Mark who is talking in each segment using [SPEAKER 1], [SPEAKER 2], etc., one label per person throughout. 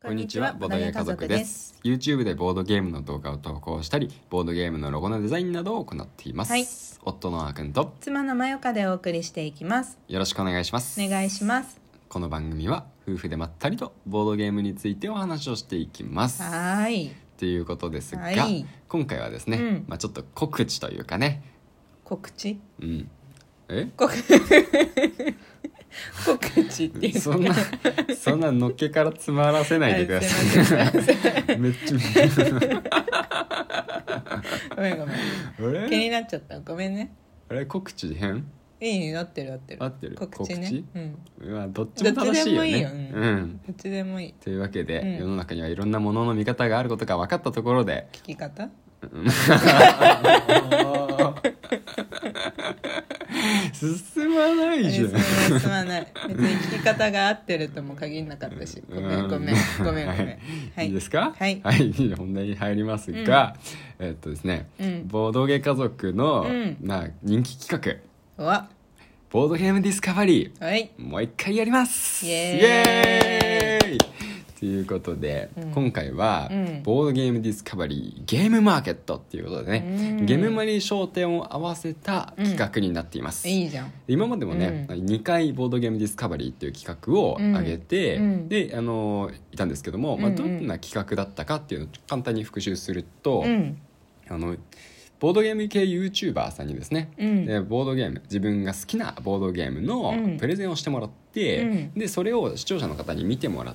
[SPEAKER 1] こんにちは、ボードゲーム家族です。。
[SPEAKER 2] YouTube でボードゲームの動画を投稿したり、ボードゲームのロゴのデザインなどを行っています。
[SPEAKER 1] はい
[SPEAKER 2] 夫のあーくんと
[SPEAKER 1] 妻のまよかでお送りしていきます。
[SPEAKER 2] よろしくお願いします。
[SPEAKER 1] お願いします。
[SPEAKER 2] この番組は夫婦でまったりとボードゲームについてお話をしていきます。
[SPEAKER 1] はーい、
[SPEAKER 2] ということですが、
[SPEAKER 1] はい
[SPEAKER 2] 今回はですね、
[SPEAKER 1] うん
[SPEAKER 2] まあちょっと告知というかね、
[SPEAKER 1] 告知。
[SPEAKER 2] うん、え？
[SPEAKER 1] 告 告知っていうか。
[SPEAKER 2] そ んなそんなのっけからつまらせないでくださ
[SPEAKER 1] はいすいません。すいま
[SPEAKER 2] い。 めっちゃ
[SPEAKER 1] せんごめんごめん。
[SPEAKER 2] あ
[SPEAKER 1] 気に
[SPEAKER 2] れ
[SPEAKER 1] なっちゃった。ごめんね。
[SPEAKER 2] あれ告知編？
[SPEAKER 1] いいなってるなってる。
[SPEAKER 2] 合ってる
[SPEAKER 1] 告知ね
[SPEAKER 2] 告知。
[SPEAKER 1] うん。
[SPEAKER 2] まあどっち
[SPEAKER 1] ど
[SPEAKER 2] も
[SPEAKER 1] っち
[SPEAKER 2] 楽し
[SPEAKER 1] で
[SPEAKER 2] いよ
[SPEAKER 1] もいい
[SPEAKER 2] ね。
[SPEAKER 1] よ。うん
[SPEAKER 2] うん。
[SPEAKER 1] どっちでもいい。
[SPEAKER 2] というわけで、
[SPEAKER 1] うん
[SPEAKER 2] 世の中にはいろんなものの見方があることが分かったところで
[SPEAKER 1] 聞き方。
[SPEAKER 2] 進まないじゃん、
[SPEAKER 1] すまない。別に聞き方が合ってるとも限らなかったし。ごめんごめん。ごめんごめん。はい
[SPEAKER 2] い
[SPEAKER 1] い。
[SPEAKER 2] ですか
[SPEAKER 1] はい
[SPEAKER 2] 本題に入りますが、えっとですね、
[SPEAKER 1] うん
[SPEAKER 2] ボードゲー家族の、
[SPEAKER 1] うん
[SPEAKER 2] な人気企画
[SPEAKER 1] うわ。
[SPEAKER 2] ボードゲームディスカバリ
[SPEAKER 1] はい。
[SPEAKER 2] ーもう一回やります
[SPEAKER 1] イエーイ
[SPEAKER 2] イエーイということで、
[SPEAKER 1] うん
[SPEAKER 2] 今回は、
[SPEAKER 1] うん
[SPEAKER 2] ボードゲームディスカバリーゲームマーケットっていうことでね、
[SPEAKER 1] うん
[SPEAKER 2] ゲームマリー商店を合わせた企画になっています、
[SPEAKER 1] いいじゃん。
[SPEAKER 2] 今までもね、
[SPEAKER 1] う
[SPEAKER 2] 2回ボードゲームディスカバリーっていう企画を上げて、
[SPEAKER 1] うんうん
[SPEAKER 2] であのいたんですけども、
[SPEAKER 1] うんうん
[SPEAKER 2] まあ、どんな企画だったかっていうのを簡単に復習すると、
[SPEAKER 1] うん。
[SPEAKER 2] あのボードゲーム系 YouTuber さんにですね、
[SPEAKER 1] うん
[SPEAKER 2] でボードゲーム自分が好きなボードゲーム
[SPEAKER 1] うん
[SPEAKER 2] のプレゼンをしてもらって、でそれを視聴者の方に見てもらっ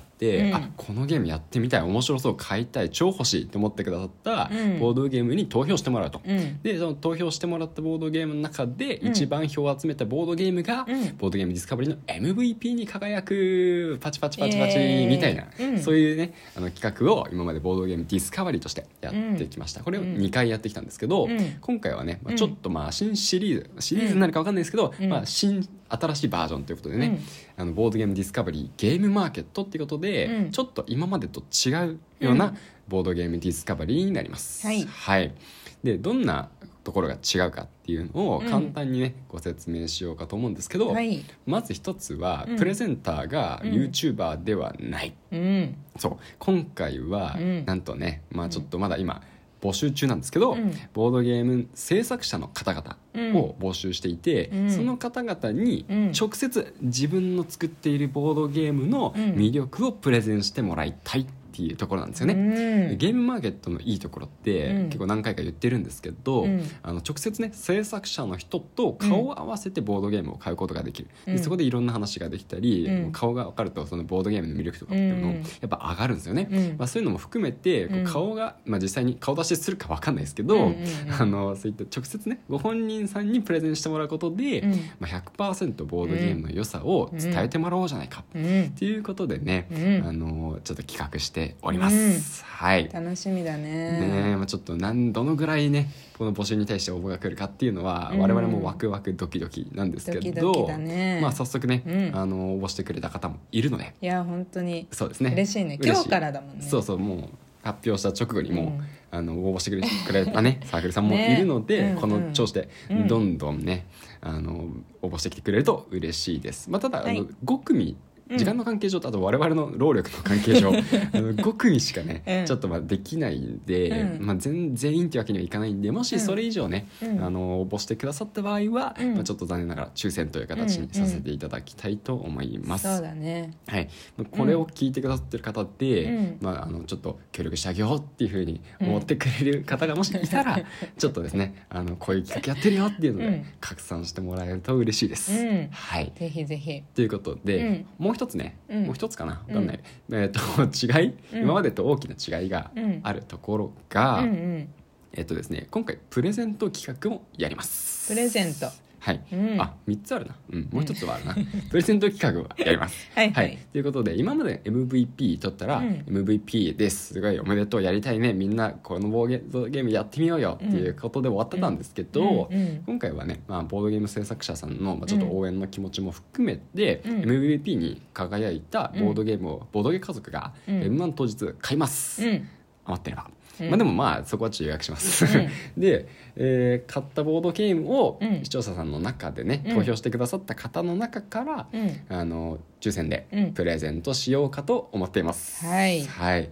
[SPEAKER 1] う
[SPEAKER 2] て、
[SPEAKER 1] ん
[SPEAKER 2] あこのゲームやってみたい面白そう買いたい超欲しいと思ってくださった
[SPEAKER 1] うん
[SPEAKER 2] ボードゲームに投票してもらうと。
[SPEAKER 1] うん。
[SPEAKER 2] でその投票してもらったボードゲームの中で
[SPEAKER 1] うん
[SPEAKER 2] 一番票を集めたボードゲームが、
[SPEAKER 1] うん
[SPEAKER 2] ボードゲームディスカバリーの MVP に輝くパチパチパチパチ
[SPEAKER 1] えー
[SPEAKER 2] みたいな、
[SPEAKER 1] うん
[SPEAKER 2] そういうねあの企画を今までボードゲームディスカバリーとしてやってきました、これを
[SPEAKER 1] うん
[SPEAKER 2] 2回やってきたんですけど、
[SPEAKER 1] うん
[SPEAKER 2] 今回はね、ま
[SPEAKER 1] う
[SPEAKER 2] あ、
[SPEAKER 1] ん
[SPEAKER 2] ちょっとまあ新シリーズシリーズになるか分かんないですけど、
[SPEAKER 1] うん
[SPEAKER 2] まあ、新新しいバージョンということでね、あのボードゲームディスカバリーゲームマーケットっていうことで、
[SPEAKER 1] うん
[SPEAKER 2] ちょっと今までと違うよ
[SPEAKER 1] う
[SPEAKER 2] うなんボードゲームディスカバリーになります。
[SPEAKER 1] はい
[SPEAKER 2] でどんなところが違うかっていうのを
[SPEAKER 1] うん
[SPEAKER 2] 簡単にね、ご説明しようかと思うんですけ
[SPEAKER 1] う
[SPEAKER 2] ど、
[SPEAKER 1] ん。はい。
[SPEAKER 2] まず一つは、
[SPEAKER 1] うん
[SPEAKER 2] プレゼンターが
[SPEAKER 1] うん
[SPEAKER 2] YouTuber ではない、
[SPEAKER 1] うん。
[SPEAKER 2] そう今回は、
[SPEAKER 1] うん
[SPEAKER 2] なんとね、まあ、ちょっとまだ今募集中なんですけど、
[SPEAKER 1] うん
[SPEAKER 2] ボードゲーム制作者の方々を募集していて、
[SPEAKER 1] うん
[SPEAKER 2] その方々に
[SPEAKER 1] うん
[SPEAKER 2] 直接自分の作っているボードゲームの
[SPEAKER 1] うん
[SPEAKER 2] 魅力をプレゼンしてもらいたいっていうところなんですよね。
[SPEAKER 1] ね
[SPEAKER 2] ゲームマーケットのいいところって、
[SPEAKER 1] うん
[SPEAKER 2] 結構何回か言ってるんですけど、
[SPEAKER 1] うん
[SPEAKER 2] あの直接ね制作者の人と顔を合わせてボードゲームを買うことができる、
[SPEAKER 1] うん
[SPEAKER 2] でそこでいろんな話ができたり、
[SPEAKER 1] うん
[SPEAKER 2] 顔が分かるとそのボードゲームの魅力とかっていうのも
[SPEAKER 1] うん
[SPEAKER 2] やっぱ上がるんですよね、
[SPEAKER 1] うん
[SPEAKER 2] まあ、そういうのも含めてこ
[SPEAKER 1] う
[SPEAKER 2] うん顔が、まあ、実際に顔出しするか分かんないですけど、
[SPEAKER 1] うんうんうん
[SPEAKER 2] あのそういった直接ねご本人さんにプレゼンしてもらうことで、
[SPEAKER 1] うん
[SPEAKER 2] まあ、100%ボードゲームの良さを伝えてもらおうじゃないか
[SPEAKER 1] う
[SPEAKER 2] っ
[SPEAKER 1] ん
[SPEAKER 2] ていうことでね、
[SPEAKER 1] うん
[SPEAKER 2] あのちょっと企画しております。はい
[SPEAKER 1] 楽しみだ
[SPEAKER 2] ねえ
[SPEAKER 1] ね
[SPEAKER 2] まあ、ちょっとなんどのぐらいねこの募集に対して応募が来るかっていうのは、
[SPEAKER 1] うん
[SPEAKER 2] 我々もワクワクドキドキなんですけ
[SPEAKER 1] ド
[SPEAKER 2] ど
[SPEAKER 1] キドキだね
[SPEAKER 2] まあ、早速ね、
[SPEAKER 1] うん
[SPEAKER 2] あの応募してくれた方もいるので
[SPEAKER 1] いや本当に
[SPEAKER 2] そうですね
[SPEAKER 1] 嬉しいね今日からだもんね
[SPEAKER 2] そうそうもう発表した直後にもう、
[SPEAKER 1] うん
[SPEAKER 2] あの応募してくれくれた ねサークルさんもいるので、
[SPEAKER 1] ねうん
[SPEAKER 2] この調子で
[SPEAKER 1] うん
[SPEAKER 2] どんどんね、あの応募してきてくれると嬉しいです、まあ、ただ、
[SPEAKER 1] はい
[SPEAKER 2] あの5組
[SPEAKER 1] うん
[SPEAKER 2] 時間の関係上とあと我々の労力の関係 上あの5組しかね、
[SPEAKER 1] うん
[SPEAKER 2] ちょっとまあできないんで、
[SPEAKER 1] うん
[SPEAKER 2] まあ、全全員ってわけにはいかないんでも
[SPEAKER 1] う
[SPEAKER 2] し
[SPEAKER 1] ん
[SPEAKER 2] それ以上ね、
[SPEAKER 1] うん
[SPEAKER 2] あの応募してくださった場合は、
[SPEAKER 1] うん
[SPEAKER 2] まあ、ちょっと残念ながら抽選という形にさせていただきたいと思います。
[SPEAKER 1] そうだね
[SPEAKER 2] はい、これを聞いてくださってる方で、
[SPEAKER 1] うん
[SPEAKER 2] まあ、あのちょっと協力してあげようっていうふうに思ってくれる方がもしいたら、 ちょっとですねあのこういう企画やってるよっていうの
[SPEAKER 1] う
[SPEAKER 2] で
[SPEAKER 1] ん
[SPEAKER 2] 拡散してもらえると嬉しいです。
[SPEAKER 1] うん
[SPEAKER 2] はい
[SPEAKER 1] ぜひぜひ
[SPEAKER 2] ということで、もう一つね、
[SPEAKER 1] うん
[SPEAKER 2] もう一つかな分かんない、えー、と違い、
[SPEAKER 1] うん
[SPEAKER 2] 今までと大きな違いが
[SPEAKER 1] うん
[SPEAKER 2] あるところが、
[SPEAKER 1] うんうん
[SPEAKER 2] えっとですね、今回プレゼント企画もやります。
[SPEAKER 1] プレゼント
[SPEAKER 2] はい、
[SPEAKER 1] うん
[SPEAKER 2] あ3つあるな、うん、もう一つはあるな、プレゼント企画をやります。
[SPEAKER 1] はい
[SPEAKER 2] は
[SPEAKER 1] はいい、
[SPEAKER 2] ということで今まで MVP 取ったら、
[SPEAKER 1] うん
[SPEAKER 2] MVP ですすごいおめでとうやりたいねみんなこのボードゲームやってみようよっていうことで終わってたんですけど、
[SPEAKER 1] うんうん
[SPEAKER 2] 今回はね、まあ、ボードゲーム制作者さんのまあちょっと応援の気持ちも含めて、
[SPEAKER 1] うん
[SPEAKER 2] MVP に輝いたボードゲームを、ボードゲーム家族が
[SPEAKER 1] うん
[SPEAKER 2] M1 当日買います、
[SPEAKER 1] うん
[SPEAKER 2] 余ってれば、
[SPEAKER 1] うん
[SPEAKER 2] まあ、でもまあそこは注約します、
[SPEAKER 1] うん
[SPEAKER 2] で、えー買ったボードゲームを
[SPEAKER 1] うん
[SPEAKER 2] 視聴者さんの中でね、
[SPEAKER 1] うん
[SPEAKER 2] 投票してくださった方の中から、
[SPEAKER 1] うん
[SPEAKER 2] あの抽選で
[SPEAKER 1] うん
[SPEAKER 2] プレゼントしようかと思っています、
[SPEAKER 1] はい
[SPEAKER 2] はい、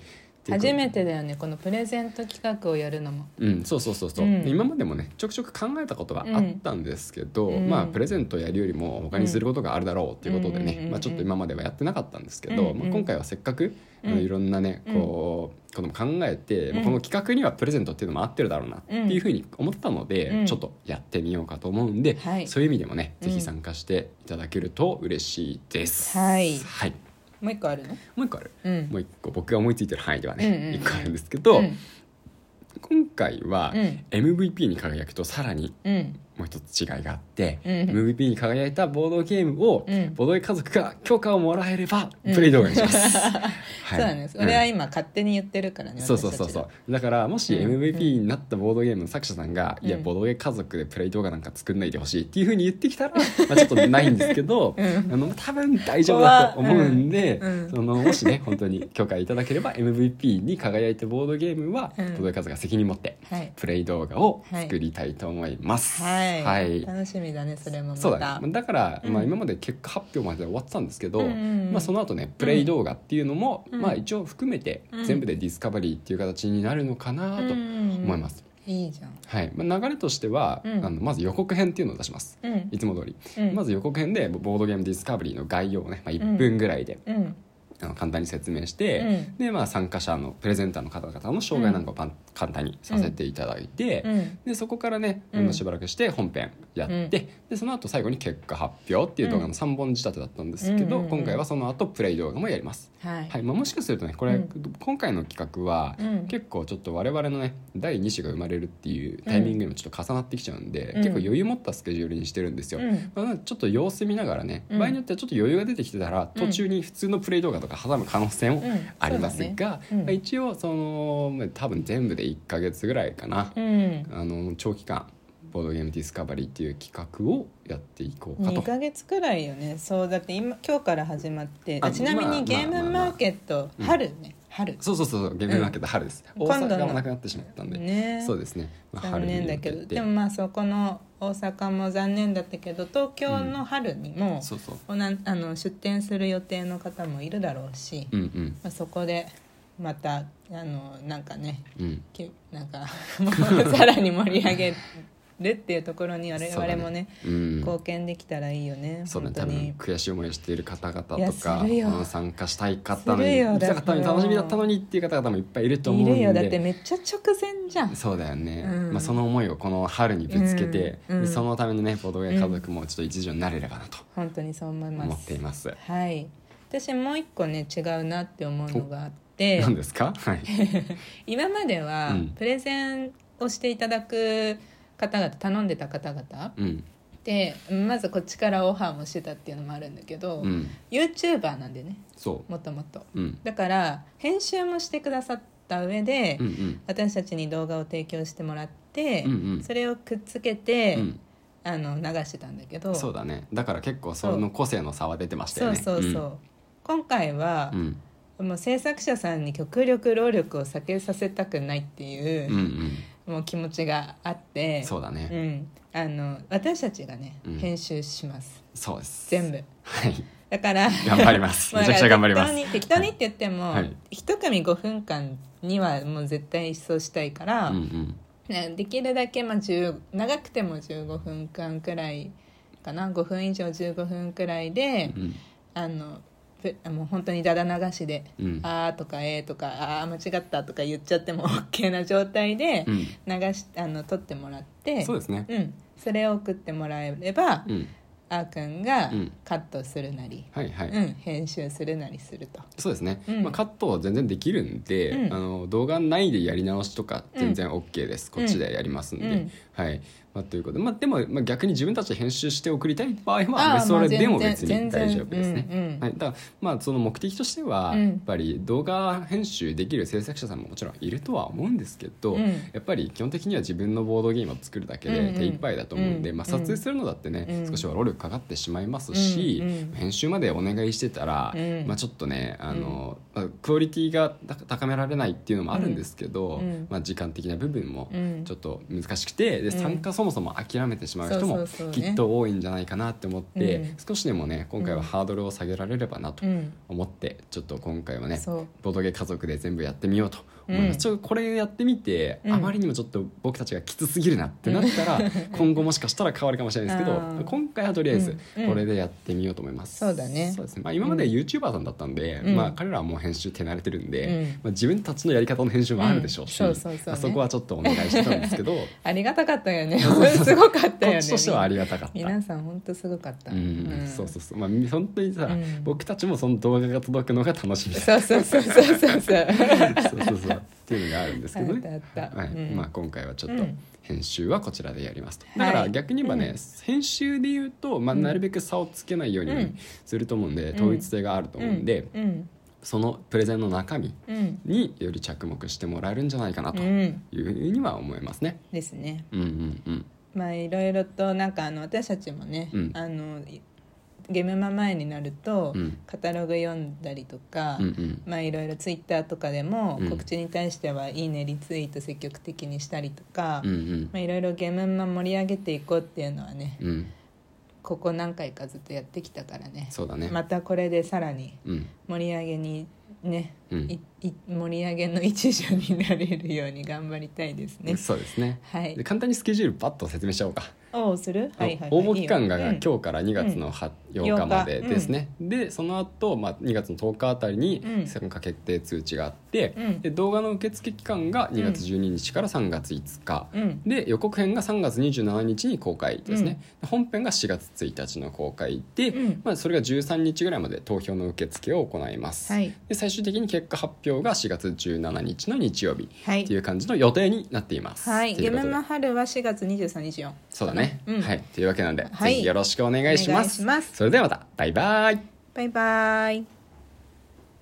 [SPEAKER 1] 初め
[SPEAKER 2] て
[SPEAKER 1] てだよねこのプレゼント企画をやるのも
[SPEAKER 2] うん、そうそうそうそう、
[SPEAKER 1] うん
[SPEAKER 2] 今までもねちょくちょく考えたことがあったんですけど、
[SPEAKER 1] うん
[SPEAKER 2] まあ
[SPEAKER 1] うん
[SPEAKER 2] プレゼントやるよりも他にすることがあるだろうっていうことでね、
[SPEAKER 1] うんうんうんうん
[SPEAKER 2] まあ、ちょっと今まではやってなかったんですけど、
[SPEAKER 1] うん
[SPEAKER 2] まあ、今回はせっかく、あの
[SPEAKER 1] うん
[SPEAKER 2] いろんなねこう、ことも考えて、まあこの企画にはプレゼントっていうのも合ってるだろうなっていうふうに思ったので、
[SPEAKER 1] うん
[SPEAKER 2] ちょっとやってみようかと思うんで、
[SPEAKER 1] はい
[SPEAKER 2] そういう意味でもね
[SPEAKER 1] うん
[SPEAKER 2] ぜひ参加していただけると嬉しいです。
[SPEAKER 1] はい
[SPEAKER 2] はい、
[SPEAKER 1] もう一個あるの
[SPEAKER 2] もう一個ある
[SPEAKER 1] うん
[SPEAKER 2] もう一個僕が思いついてる範囲では
[SPEAKER 1] うんうんう
[SPEAKER 2] ね、
[SPEAKER 1] ん
[SPEAKER 2] 一個あるんですけど、
[SPEAKER 1] うん
[SPEAKER 2] 今回は
[SPEAKER 1] うん
[SPEAKER 2] MVP に輝くとさらに
[SPEAKER 1] うん
[SPEAKER 2] もう一つ違いがあって、
[SPEAKER 1] うん
[SPEAKER 2] MVP に輝いたボードゲームを、
[SPEAKER 1] うん
[SPEAKER 2] ボードゲ家族が許可をもらえれば
[SPEAKER 1] うん
[SPEAKER 2] プレイ動画に します。
[SPEAKER 1] そ
[SPEAKER 2] は
[SPEAKER 1] うだねそれは今勝手に言ってるからね
[SPEAKER 2] そうそうそうそうだからもし
[SPEAKER 1] うん
[SPEAKER 2] MVP になったボードゲームの作者さんが「
[SPEAKER 1] うん
[SPEAKER 2] いやボードゲーム家族でプレイ動画なんか作んないでほしい」っていうふうに言ってきたら、まあ、ちょっとないんですけど、
[SPEAKER 1] うん
[SPEAKER 2] あの多分大丈夫だと思うんで、
[SPEAKER 1] 怖っうんうん
[SPEAKER 2] そのもしね本当に許可いただければ MVP に輝いたボードゲームは、
[SPEAKER 1] うん
[SPEAKER 2] ボードゲーム家族が責任持って
[SPEAKER 1] はい
[SPEAKER 2] プレイ動画を作りたいと思います。
[SPEAKER 1] はい、
[SPEAKER 2] はい
[SPEAKER 1] 楽しみだねそれもまた
[SPEAKER 2] そうだねだから、
[SPEAKER 1] うん
[SPEAKER 2] まあ、今まで結果発表まで終わってたんですけど、
[SPEAKER 1] うんうんうん
[SPEAKER 2] まあ、その後ねプレイ動画っていうのも、
[SPEAKER 1] うん
[SPEAKER 2] まあ、一応含めて
[SPEAKER 1] うん、
[SPEAKER 2] 全部でディスカバリーっていう形になるのかなと思いますす、
[SPEAKER 1] うんいいじゃん
[SPEAKER 2] はいまあ、流れとしては、
[SPEAKER 1] うん
[SPEAKER 2] あのまず予告編っていうのを出します
[SPEAKER 1] うん
[SPEAKER 2] いつも通り、
[SPEAKER 1] うん
[SPEAKER 2] まず予告編でボードゲームディスカバリーの概要をね、まあ、1分ぐらいで、
[SPEAKER 1] うん
[SPEAKER 2] あの簡単に説明して、
[SPEAKER 1] うん
[SPEAKER 2] でまあ、参加者のプレゼンターの方々の紹介なんかをパン、簡単にさせていただいて、
[SPEAKER 1] うん
[SPEAKER 2] でそこからね、
[SPEAKER 1] うん
[SPEAKER 2] しばらくして本編やって、
[SPEAKER 1] うん
[SPEAKER 2] でその後最後に結果発表っていう動画
[SPEAKER 1] うん
[SPEAKER 2] の3本仕立てだったんですけど、
[SPEAKER 1] うんうんうん
[SPEAKER 2] 今回はその後プレイ動画もやります、
[SPEAKER 1] はい、
[SPEAKER 2] はいまあ、もしかするとねこれ、
[SPEAKER 1] うん
[SPEAKER 2] 今回の企画は、
[SPEAKER 1] うん
[SPEAKER 2] 結構ちょっと我々のね第2子が生まれるっていうタイミングにもちょっと重なってきちゃうんで、
[SPEAKER 1] うん
[SPEAKER 2] 結構余裕持ったスケジュールにしてるんですよ、
[SPEAKER 1] うん
[SPEAKER 2] まあちょっと様子見ながらね、
[SPEAKER 1] うん
[SPEAKER 2] 場合によってはちょっと余裕が出てきてたら
[SPEAKER 1] うん
[SPEAKER 2] 途中に普通のプレイ動画とか挟む可能性も
[SPEAKER 1] うん
[SPEAKER 2] あります
[SPEAKER 1] そうだ
[SPEAKER 2] が、
[SPEAKER 1] うん
[SPEAKER 2] まあ一応そのまあ多分全部で1ヶ月ぐらいかな、
[SPEAKER 1] ね
[SPEAKER 2] あの長期間ボードゲームディスカバリーっていう企画をやっていこ
[SPEAKER 1] う、
[SPEAKER 2] うんか
[SPEAKER 1] 2
[SPEAKER 2] と。
[SPEAKER 1] か月くらいよねそうだって今今日から始まって
[SPEAKER 2] あ
[SPEAKER 1] ちなみ
[SPEAKER 2] まあ
[SPEAKER 1] にゲー
[SPEAKER 2] ま
[SPEAKER 1] ム
[SPEAKER 2] あまあま
[SPEAKER 1] マ
[SPEAKER 2] あ
[SPEAKER 1] ーケット、
[SPEAKER 2] うん
[SPEAKER 1] 春ね春
[SPEAKER 2] そうそうそうゲームマーケット春です、
[SPEAKER 1] うん
[SPEAKER 2] 大
[SPEAKER 1] 今度の
[SPEAKER 2] 阪もなくなってしまったんで、
[SPEAKER 1] ね
[SPEAKER 2] そうですね、まあ
[SPEAKER 1] 残念だけ
[SPEAKER 2] 春に
[SPEAKER 1] ど
[SPEAKER 2] 向て
[SPEAKER 1] でもまあそこの大阪も残念だったけど東京の春にも、
[SPEAKER 2] そうそう
[SPEAKER 1] おなあの出店する予定の方もいるだろうし、
[SPEAKER 2] うんうん
[SPEAKER 1] まあ、そこでまたあのなんかね
[SPEAKER 2] うん
[SPEAKER 1] きなんか もうさらに盛り上げるっていうところに我々もね
[SPEAKER 2] うん
[SPEAKER 1] 貢献できたらいいよね
[SPEAKER 2] そうね
[SPEAKER 1] 本
[SPEAKER 2] 多
[SPEAKER 1] 当
[SPEAKER 2] 分
[SPEAKER 1] に。
[SPEAKER 2] 悔しい思いをしている方々
[SPEAKER 1] いや
[SPEAKER 2] と
[SPEAKER 1] す
[SPEAKER 2] か
[SPEAKER 1] るよ
[SPEAKER 2] うん参加したい方に
[SPEAKER 1] するよ
[SPEAKER 2] 行き
[SPEAKER 1] だ
[SPEAKER 2] た
[SPEAKER 1] から
[SPEAKER 2] かったのに楽しみだったのにっていう方々もいっぱいいると思うんで
[SPEAKER 1] いるよだってめっちゃ直前じゃん
[SPEAKER 2] そうだよね、
[SPEAKER 1] うん
[SPEAKER 2] まあ、その思いをこの春にぶつけて、
[SPEAKER 1] うんうん
[SPEAKER 2] でそのためのねボードゲーム家族もちょっと一助になれればなと
[SPEAKER 1] 本当にそう思います
[SPEAKER 2] 思っています。
[SPEAKER 1] はい私もう一個ね違うなって思うのがあ って
[SPEAKER 2] 何ですか、はい、
[SPEAKER 1] 今までは
[SPEAKER 2] うん
[SPEAKER 1] プレゼンをしていただく方々頼んでた方々
[SPEAKER 2] うん
[SPEAKER 1] でまずこっちからオファーもしてたっていうのもあるんだけど、
[SPEAKER 2] うん
[SPEAKER 1] YouTuber なんでね
[SPEAKER 2] そ
[SPEAKER 1] もともと
[SPEAKER 2] う、うん、
[SPEAKER 1] だから編集もしてくださった上で、
[SPEAKER 2] うんうん
[SPEAKER 1] 私たちに動画を提供してもらって、
[SPEAKER 2] うんうん
[SPEAKER 1] それをくっつけて、
[SPEAKER 2] うん
[SPEAKER 1] あの流してたんだけど
[SPEAKER 2] そうだねだから結構その個性の差は出てましたよね
[SPEAKER 1] そうそうそう今回は
[SPEAKER 2] う、ん
[SPEAKER 1] もう制作者さんに極力労力を避けさせたくないってい
[SPEAKER 2] うんう
[SPEAKER 1] う,、
[SPEAKER 2] ん
[SPEAKER 1] もう気持ちがあっ
[SPEAKER 2] う
[SPEAKER 1] て
[SPEAKER 2] んそうだね、
[SPEAKER 1] うん、あの私たちがね、
[SPEAKER 2] うん
[SPEAKER 1] 編集します
[SPEAKER 2] そうです
[SPEAKER 1] 全部
[SPEAKER 2] はい
[SPEAKER 1] だから
[SPEAKER 2] 頑張りますめちゃくちゃ頑張りま す
[SPEAKER 1] まあ適当に適当にって言っても、
[SPEAKER 2] はい
[SPEAKER 1] 一組5分間にはもう絶対一掃したいから、
[SPEAKER 2] うんうん
[SPEAKER 1] ねできるだけまあ10長くても15分間くらいかな5分以上15分くらいで、
[SPEAKER 2] うん
[SPEAKER 1] あのぷもう本当にだだ流しで「
[SPEAKER 2] うん
[SPEAKER 1] あー」とか「えー」とか「あー間違った」とか言っちゃっても OK な状態で
[SPEAKER 2] うん
[SPEAKER 1] 流し、あの撮ってもらって
[SPEAKER 2] そうですね
[SPEAKER 1] うん、それを送ってもらえれば、
[SPEAKER 2] うん
[SPEAKER 1] あーくんが
[SPEAKER 2] うん
[SPEAKER 1] カットするなり、
[SPEAKER 2] はいはい、
[SPEAKER 1] うん、編集するなりすると。
[SPEAKER 2] そうですね、
[SPEAKER 1] うん
[SPEAKER 2] まあ、カットは全然できるんで、
[SPEAKER 1] うん
[SPEAKER 2] あの動画内でやり直しとか全然 OK です、
[SPEAKER 1] うん
[SPEAKER 2] こっちでやりますんで、
[SPEAKER 1] うん
[SPEAKER 2] はいまあ、ということで、まあ、でも、まあ、逆に自分たちで編集して送りたい場合
[SPEAKER 1] あー
[SPEAKER 2] はそ
[SPEAKER 1] ま
[SPEAKER 2] れ
[SPEAKER 1] あ全
[SPEAKER 2] でも
[SPEAKER 1] 然
[SPEAKER 2] 別に大丈夫ですね。
[SPEAKER 1] 全然うんうん
[SPEAKER 2] はい、だからまあその目的としては、
[SPEAKER 1] うん
[SPEAKER 2] やっぱり動画編集できる制作者さんももちろんいるとは思うんですけど、
[SPEAKER 1] うん
[SPEAKER 2] やっぱり基本的には自分のボードゲームを作るだけ
[SPEAKER 1] うんう
[SPEAKER 2] で
[SPEAKER 1] ん
[SPEAKER 2] 手一杯だと思うんで、
[SPEAKER 1] うん
[SPEAKER 2] まあ、撮影するのだってね、
[SPEAKER 1] うん
[SPEAKER 2] 少しは労力かかってしまいますし、
[SPEAKER 1] うんうん
[SPEAKER 2] 編集までお願いしてたら、
[SPEAKER 1] うん
[SPEAKER 2] まあ、ちょっとねあの、まあクオリティが高高められないっていうのもあるんですけど、
[SPEAKER 1] うんうん
[SPEAKER 2] まあ、時間的な部分も
[SPEAKER 1] うん
[SPEAKER 2] ちょっと難しくてで
[SPEAKER 1] ん
[SPEAKER 2] 参加そもそも諦めてしまう人
[SPEAKER 1] そ
[SPEAKER 2] も
[SPEAKER 1] うそうそうね
[SPEAKER 2] きっと多いんじゃないかなって思って、
[SPEAKER 1] うん
[SPEAKER 2] 少しでもね今回はハードルを下げられればなと
[SPEAKER 1] うん
[SPEAKER 2] 思って、ちょっと今回はね
[SPEAKER 1] そう
[SPEAKER 2] ボードゲ家族で全部やってみようと思います、
[SPEAKER 1] うん
[SPEAKER 2] ちょっとこれやってみて、
[SPEAKER 1] うん
[SPEAKER 2] あまりにもちょっと僕たちがきつすぎるなってなったら、 今後もしかしたら変わるかもしれないですけ
[SPEAKER 1] あ
[SPEAKER 2] ど
[SPEAKER 1] ー
[SPEAKER 2] 今回はとりあえず
[SPEAKER 1] うんうん
[SPEAKER 2] これでやってみようと思います、
[SPEAKER 1] そうだね
[SPEAKER 2] ですまあ、今まで YouTuber さんだったんで、
[SPEAKER 1] うん
[SPEAKER 2] まあ、彼らはもう編集手慣れてるんで、
[SPEAKER 1] うん
[SPEAKER 2] まあ、自分たちのやり方の編集もあるでしょうし、
[SPEAKER 1] うんそうそうそうね
[SPEAKER 2] まあそこはちょっとお願いしてたんです けど
[SPEAKER 1] ありがたかったよねすごかった
[SPEAKER 2] こ
[SPEAKER 1] よ
[SPEAKER 2] っ
[SPEAKER 1] ね
[SPEAKER 2] ちとしてはありがたかった。
[SPEAKER 1] 皆さん本当すごかった、
[SPEAKER 2] うん
[SPEAKER 1] うん
[SPEAKER 2] そうそうそうまあみ本当にさ、
[SPEAKER 1] うん
[SPEAKER 2] 僕たちもその動画が届くのが楽 しみだ
[SPEAKER 1] そうそうそうそうそうそう
[SPEAKER 2] そうそうそうっていうのがあるんで すけど
[SPEAKER 1] あ
[SPEAKER 2] ね
[SPEAKER 1] ったあった
[SPEAKER 2] はい
[SPEAKER 1] うん
[SPEAKER 2] まあ、今回はちょっと
[SPEAKER 1] うん
[SPEAKER 2] 編集はこちらでやりますと、
[SPEAKER 1] い
[SPEAKER 2] だから逆に言えばね、
[SPEAKER 1] うん
[SPEAKER 2] 編集で言うと、まあ、
[SPEAKER 1] うん
[SPEAKER 2] なるべく差をつけないよう
[SPEAKER 1] う
[SPEAKER 2] に
[SPEAKER 1] ん
[SPEAKER 2] すると思うんで、
[SPEAKER 1] ん
[SPEAKER 2] 統一性があると思うんで、
[SPEAKER 1] うん
[SPEAKER 2] そのプレゼンの中身
[SPEAKER 1] うん
[SPEAKER 2] により着目してもらえるんじゃないかな
[SPEAKER 1] う
[SPEAKER 2] とい
[SPEAKER 1] ん
[SPEAKER 2] うふうには思いますね。
[SPEAKER 1] ですね
[SPEAKER 2] うんうんうん
[SPEAKER 1] まあいろいろとなんかあの私たちもね、
[SPEAKER 2] うん
[SPEAKER 1] あのいゲームマ前になると、
[SPEAKER 2] うん
[SPEAKER 1] カタログ読んだりとか、
[SPEAKER 2] うんうん
[SPEAKER 1] まあいろいろツイッターとかでも
[SPEAKER 2] うん
[SPEAKER 1] 告知に対しては「いいね」リツイート積極的にしたりとか、
[SPEAKER 2] うんうん
[SPEAKER 1] まあ、いろいろゲームマ盛り上げていこうっていうのはね
[SPEAKER 2] うん
[SPEAKER 1] ここ何回かずっとやってきたからね
[SPEAKER 2] そうだね、
[SPEAKER 1] またこれでさらに
[SPEAKER 2] うん
[SPEAKER 1] 盛り上げにね、
[SPEAKER 2] うん
[SPEAKER 1] いい盛り上げの一助になれるように頑張りたいですね。
[SPEAKER 2] そうですね、
[SPEAKER 1] はい
[SPEAKER 2] で簡単にスケジュールバッと説明しちゃおうか、
[SPEAKER 1] おうする、はいはいはい、
[SPEAKER 2] 応募期間が
[SPEAKER 1] いいよ
[SPEAKER 2] 今日から2月の8 8日までですね、でその後、まあ2月の10日あたり
[SPEAKER 1] うん
[SPEAKER 2] に参加決定通知があって、
[SPEAKER 1] うん
[SPEAKER 2] で動画の受付期間が2月12日から3月5日、
[SPEAKER 1] うん、うん
[SPEAKER 2] で予告編が3月27日に公開ですね、で本編が4月1日の公開で、
[SPEAKER 1] うん
[SPEAKER 2] まあ、それが13日ぐらいまで投票の受付を行います、
[SPEAKER 1] はい
[SPEAKER 2] で最終的に結果発表が4月17日の日曜日
[SPEAKER 1] はい
[SPEAKER 2] っていう感じの予定になっています。
[SPEAKER 1] はい、
[SPEAKER 2] とい
[SPEAKER 1] ゲ
[SPEAKER 2] うこと
[SPEAKER 1] ム
[SPEAKER 2] で
[SPEAKER 1] マ春は4月23日4
[SPEAKER 2] そうだね、
[SPEAKER 1] うん
[SPEAKER 2] はいというわけなんで、
[SPEAKER 1] はい
[SPEAKER 2] ぜひよろしくお願いします
[SPEAKER 1] お願いします
[SPEAKER 2] それではまたバイバイ
[SPEAKER 1] バイバイ